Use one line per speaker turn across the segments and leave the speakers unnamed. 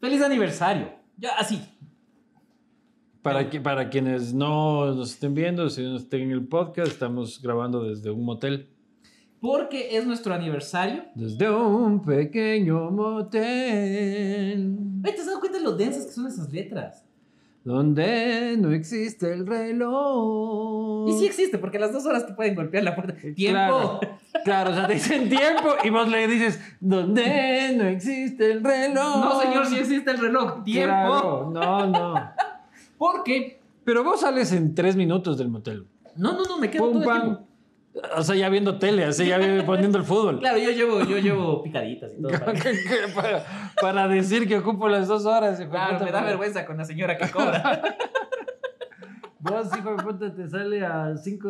¡Feliz aniversario! Ya, así.
Para, que, para quienes no nos estén viendo, si no estén en el podcast, estamos grabando desde un motel.
Porque es nuestro aniversario.
Desde un pequeño motel,
Oye, ¿Te has dado cuenta de lo densas que son esas letras?
donde no existe el reloj.
Y sí existe, porque a las dos horas te pueden golpear la puerta.
Eh,
¡Tiempo!
claro. Claro, o sea, te dicen tiempo y vos le dices, donde no existe el reloj.
No, señor, sí existe el reloj. ¡Tiempo!
Claro, no, no.
Porque.
Pero vos sales en tres minutos del motel.
No, no, no, me quedo
Pum,
todo el
pam.
tiempo.
O sea, ya viendo tele, así ya poniendo el fútbol.
Claro, yo llevo, yo llevo picaditas y todo. para-
para, para decir que ocupo las dos horas. hijo de
Claro,
puta
me da
madre.
vergüenza con la señora que cobra.
Vos, hijo de puta, te sale a 5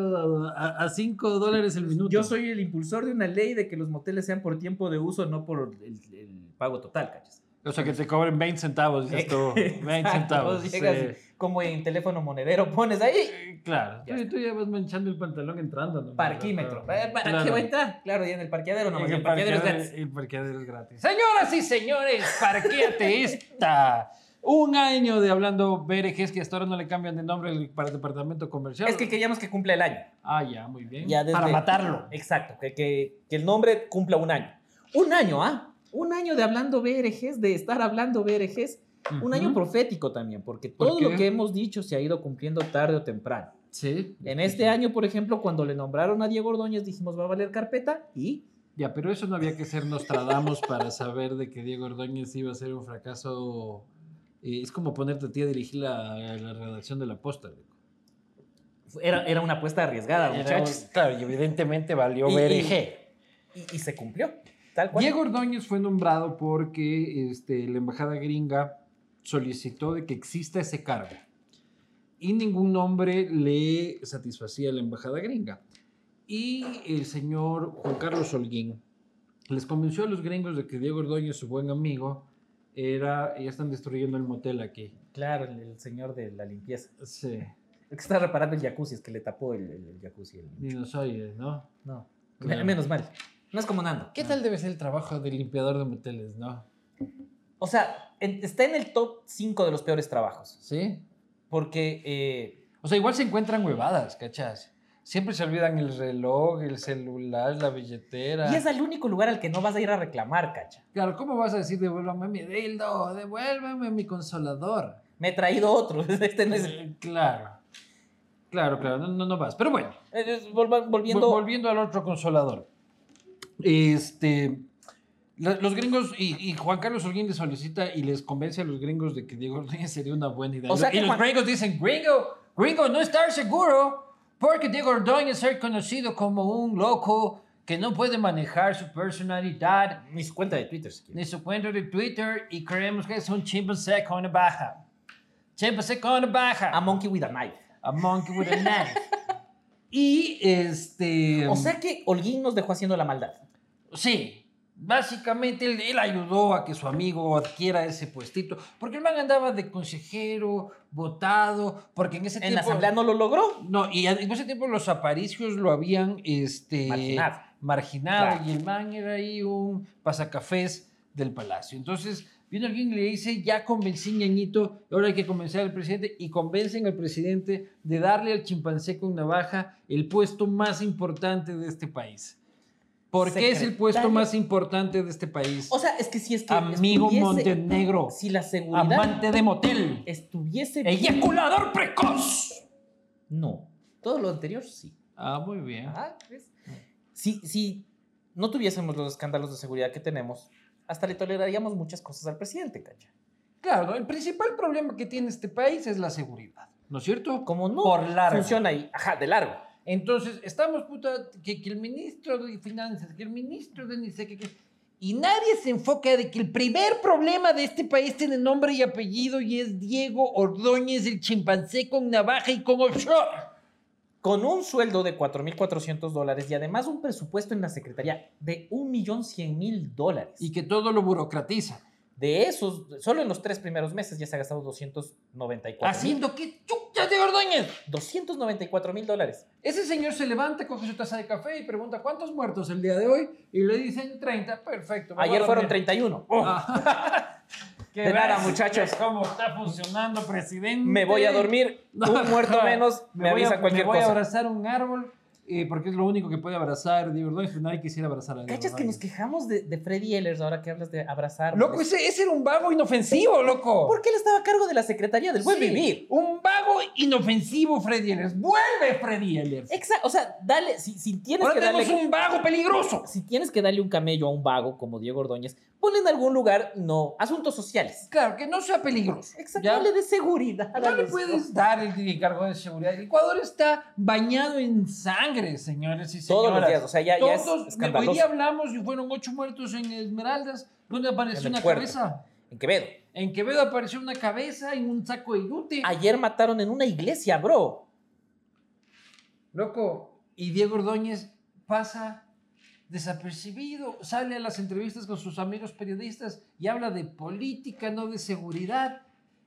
a, a cinco dólares el minuto.
Yo soy el impulsor de una ley de que los moteles sean por tiempo de uso, no por el, el pago total, ¿cachas?
O sea, que te cobren 20 centavos, dices tú. 20
Exacto,
centavos.
vos llegas
sí.
Como en teléfono monedero pones ahí.
Eh, Claro.
Ya
Tú-
está.
tú ya vas manchando el pantalón entrando. ¿no?
Parquímetro. Eh, ¿Para
Claro.
qué va a entrar? Claro, y en el parqueadero no.
En
en
el
el parqueadero es gratis.
El parqueadero es gratis. Señoras y señores, parquéate esta. Un año de hablando BRGs que hasta ahora no le cambian de nombre al- para el departamento comercial.
Es que queríamos que cumpla el año.
Ah, ya, muy bien.
Ya desde-
Para matarlo.
Exacto, que, que- que el nombre cumpla un año. Un año, ¿ah? Un año de hablando BRGs, de estar hablando BRGs. Un año
Ujú.
profético también, porque
¿Por
todo
qué?
lo que hemos dicho se ha ido cumpliendo tarde o temprano.
Sí.
En este año, por ejemplo, cuando le nombraron a Diego Ordóñez, dijimos va a valer carpeta y
Ya, pero eso no había que ser Nostradamus para saber de que Diego Ordóñez iba a ser un fracaso. Eh, es como ponerte a ti a dirigir la, la redacción de la posta. loco.
era, era una apuesta arriesgada, muchachos.
Claro, y evidentemente valió
Y- y-
BRG.
Y, y se cumplió, tal cual.
Diego Ordóñez fue nombrado porque este, la embajada gringa solicitó de que exista ese cargo y ningún nombre le satisfacía a la embajada gringa. Y el señor Juan Carlos Holguín les convenció a los gringos de que Diego Ordóñez, su buen amigo, era, ya están destruyendo el motel aquí.
Claro, el, el señor de la limpieza.
Sí,
El que está reparando el jacuzzi, es que le tapó el, el, el jacuzzi. el-
dinosaurios, ¿no?
No,
Claro.
menos mal. No es como Nando.
¿Qué tal debe ser el trabajo del limpiador de moteles, no?
O sea, en- está en el top 5 de los peores trabajos.
¿Sí?
Porque eh,
O sea, igual se encuentran huevadas, ¿cachas? Siempre se olvidan el reloj, el celular, la billetera.
y es al único lugar al que no vas a ir a reclamar, cacha.
Claro, ¿cómo vas a decir devuélvame mi dildo? Devuélvame mi consolador.
Me he traído otro. Este no es.
Eh, claro. Claro, claro, no, no, no vas. Pero bueno,
Eh, volva-
vol-
Volviendo.
volviendo al otro consolador. Este. la- Los gringos y, y Juan Carlos Holguín les solicita y les convence a los gringos de que Diego Ordóñez sería una buena idea.
O sea
y
que
los
Juan-
gringos dicen, gringo, gringo, no estar seguro porque Diego Ordóñez es conocido como un loco que no puede manejar su personalidad
Ni su cuenta de Twitter, si quieres.
ni su cuenta de Twitter y creemos que es un chimpancé con baja. Chimpancé con baja.
A Monkey with a Knife.
A monkey with a knife. y este.
O sea que Holguín nos dejó haciendo la maldad.
Sí. Básicamente él, él ayudó a que su amigo adquiera ese puestito. Porque el man andaba de consejero, votado, porque en ese
En la
tiempo.
asamblea no lo logró.
No, y en ese tiempo los aparicios lo habían este,
Marginado.
marginado,
Claro.
y el man era ahí un pasacafés del palacio. Entonces, viene alguien y le dice, ya convencí ñañito, ahora hay que convencer al presidente, y convencen al presidente de darle al chimpancé con navaja el puesto más importante de este país. Porque es el puesto
Secretario.
más importante de este país.
O sea, es que si es que.
Amigo
estuviese-
Montenegro,
Si la seguridad
amante de motel,
estuviese.
eyaculador precoz.
No. Todo lo anterior sí.
Ah, muy bien.
Ajá, ¿ves? Si, si no tuviésemos los escándalos de seguridad que tenemos, hasta le toleraríamos muchas cosas al presidente, cacha.
Claro, el principal problema que tiene este país es la seguridad, ¿no es cierto?
Como no
Por largo.
funciona ahí, ajá, de largo.
Entonces, estamos, puta, que, que el ministro de Finanzas, que el ministro de ni sé qué, que- Y nadie se enfoca de que el primer problema de este país tiene nombre y apellido y es Diego Ordóñez, el chimpancé con navaja y con offshore.
Con un sueldo de 4.400 dólares y además un presupuesto en la Secretaría de 1.100.000 dólares.
Y que todo lo burocratiza.
De esos, solo en los tres primeros meses ya se ha gastado 294
Haciendo que chucha Diego Ordóñez.
294 mil dólares.
Ese señor se levanta, coge su taza de café y pregunta cuántos muertos el día de hoy y le dicen 30, perfecto. me voy a Oh,
Ayer
la
fueron
mierda.
31.
Ah.
De nada, muchachos.
¿Cómo está funcionando, presidente?
Me voy a dormir. Un muerto menos me,
voy a-
avisa cualquier
Me voy a
cosa.
abrazar un árbol eh, porque es lo único que puede abrazar. De verdad, nadie quisiera abrazar a Diego
¿Cachas que nos
Ordóñez.
quejamos de, de Freddy Ehlers ahora que hablas de abrazar?
Loco, ese, ese era un vago inofensivo, loco.
Porque él estaba a cargo de la Secretaría del Buen
Sí,
Vivir.
Un vago inofensivo, Freddy Ehlers. ¡Vuelve, Freddy Ehlers!
Exacto. O sea, dale, si, si Eh, tienes
Ahora
que darle.
tenemos un vago peligroso.
Si tienes que darle un camello a un vago como Diego Ordóñez, ponle en algún lugar, no, asuntos sociales.
Claro, que no sea peligroso.
Exacto,
¿ya?
dale pues, de seguridad. a
No le
los-
puedes dar el cargo de seguridad. Ecuador está bañado en sangre, señores y señoras.
Todos los días, o sea, ya, ya es
Todos- hoy
escandaloso.
día hablamos y fueron ocho muertos en Esmeraldas, donde
En
apareció
el
una
puerto.
cabeza.
En Quevedo.
En Quevedo apareció una cabeza en un saco de yute.
Ayer mataron en una iglesia, bro.
Loco. Y Diego Ordóñez pasa desapercibido, sale a las entrevistas con sus amigos periodistas y habla de política, no de seguridad.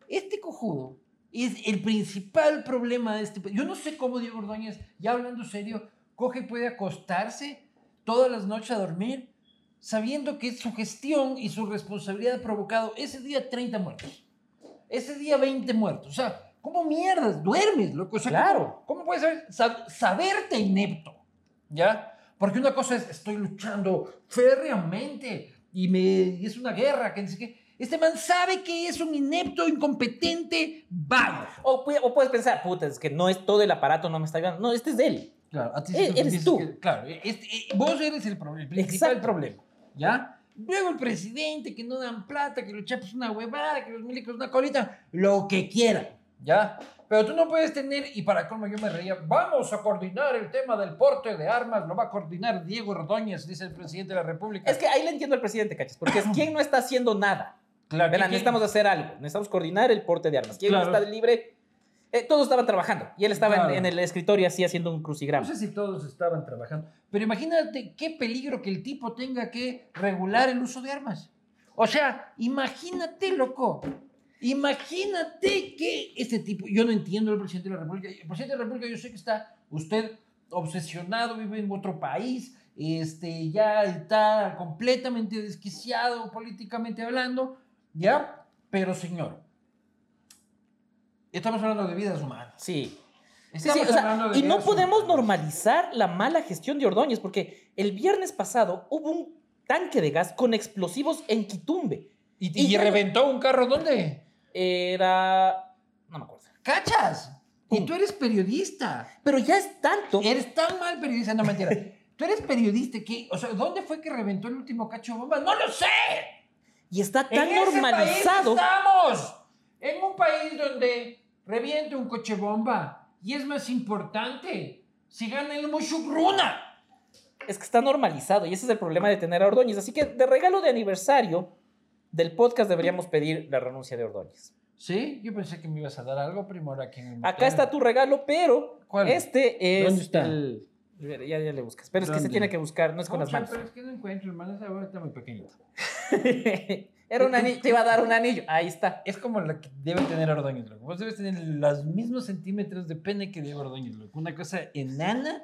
Este cojudo es el principal problema de este país. Yo no sé cómo Diego Ordóñez, ya hablando serio, coge y puede acostarse todas las noches a dormir sabiendo que su gestión y su responsabilidad ha provocado ese día 30 muertos, ese día 20 muertos. O sea, ¿cómo mierdas? Duermes, loco. O sea, ¿cómo-
Claro.
¿Cómo, puedes saber- sab- saberte inepto? ¿Ya? Porque una cosa es, estoy luchando férreamente y, me, y es una guerra, que no sé qué. Este man sabe que es un inepto, incompetente, vago.
O, pu- o puedes pensar, puta, es que no es todo el aparato, no me está ayudando. No, este es de él.
Claro, a ti
E-
sí te
eres
dices
tú.
que- claro, e- este- e- vos eres el, problema, el principal
Exacto.
problema, ¿ya? Luego el presidente, que no dan plata, que los chapos es una huevada, que los milicos una colita, lo que quieran, ¿ya? Pero tú no puedes tener, y para colmo yo me reía, vamos a coordinar el tema del porte de armas, lo va a coordinar Diego Ordóñez, dice el presidente de la República.
Es que ahí le entiendo al presidente, cachas, porque es quien no está haciendo nada.
claro,
Verán,
¿quién-
necesitamos hacer algo, necesitamos coordinar el porte de armas. ¿Quién
Claro.
está libre? Eh, todos estaban trabajando y él estaba en-
Claro. Pues
en, el escritorio así haciendo un
No
crucigrama.
sé si todos estaban trabajando, pero imagínate qué peligro que el tipo tenga que regular el uso de armas. O sea, imagínate, loco. Imagínate que este tipo, yo no entiendo al presidente de la República. El presidente de la República, yo sé que está usted obsesionado, vive en otro país, este, ya está completamente desquiciado políticamente hablando, ¿ya? Pero señor, estamos hablando de vidas humanas.
Sí. Sí, sí,
Estamos
o sea,
hablando de
y no
vidas
podemos
humanas.
normalizar la mala gestión de Ordóñez, porque el viernes pasado hubo un tanque de gas con explosivos en Quitumbe.
¿Y, y
ya-
reventó un carro dónde?
Era... no me acuerdo.
¡Cachas! Y
Pum.
tú eres periodista.
Pero ya es tanto.
Eres tan mal periodista, no mentira. tú eres periodista que, o sea, ¿dónde fue que reventó el último cacho de bomba? ¡No lo sé!
Y está
En
tan
ese
normalizado.
país estamos en un país donde reviente un coche bomba y es más importante si gana el Mushukruna.
Es que está normalizado y ese es el problema de tener a Ordóñez. Así que de regalo de aniversario del podcast deberíamos pedir la renuncia de Ordóñez.
Sí, yo pensé que me ibas a dar algo, primo, ahora aquí en el
Acá está tu regalo, pero
¿Cuál?
este es
¿Dónde está?
el- Ya, ya le buscas. Pero es que se
¿Dónde?
tiene que buscar, no es con las
Pucha,
manos.
Pero es que no encuentro, hermano, esa bola está muy pequeñita.
Era un anillo, te iba a dar un anillo. Ahí está.
Es como la que debe tener Ordóñez, loco. Vos debes tener los mismos centímetros de pene que debe Ordóñez, loco. Una cosa enana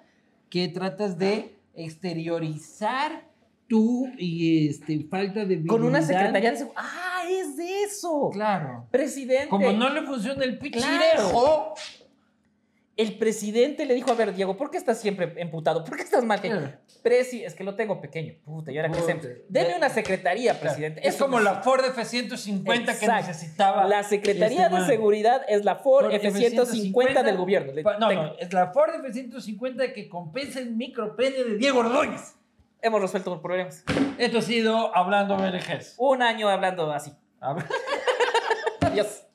que tratas de exteriorizar tú y este, falta de
Con una
virilidad.
secretaría de seguridad. ¡Ah, es de eso!
Claro.
Presidente.
Como no le funciona el
Claro.
pichirejo.
El presidente le dijo, a ver, Diego, ¿por qué estás siempre emputado? ¿Por qué estás mal? que-?"
Claro.
Presi, es que lo tengo pequeño. Puta, y ahora que
Puta.
hacemos? Deme una secretaría, presidente.
Es
Eso
como
no-
la Ford F-150 que
Exacto.
necesitaba.
La Secretaría
este
de
man.
Seguridad es la Ford
Ford
F-150 del gobierno. Le-
Pa- No,
tengo.
no, es la Ford F-150 que compensa el micropene de Diego Ordóñez.
Hemos resuelto los problemas.
Esto ha sido Hablando BLGs.
Un año hablando así.
A ver.
Adiós.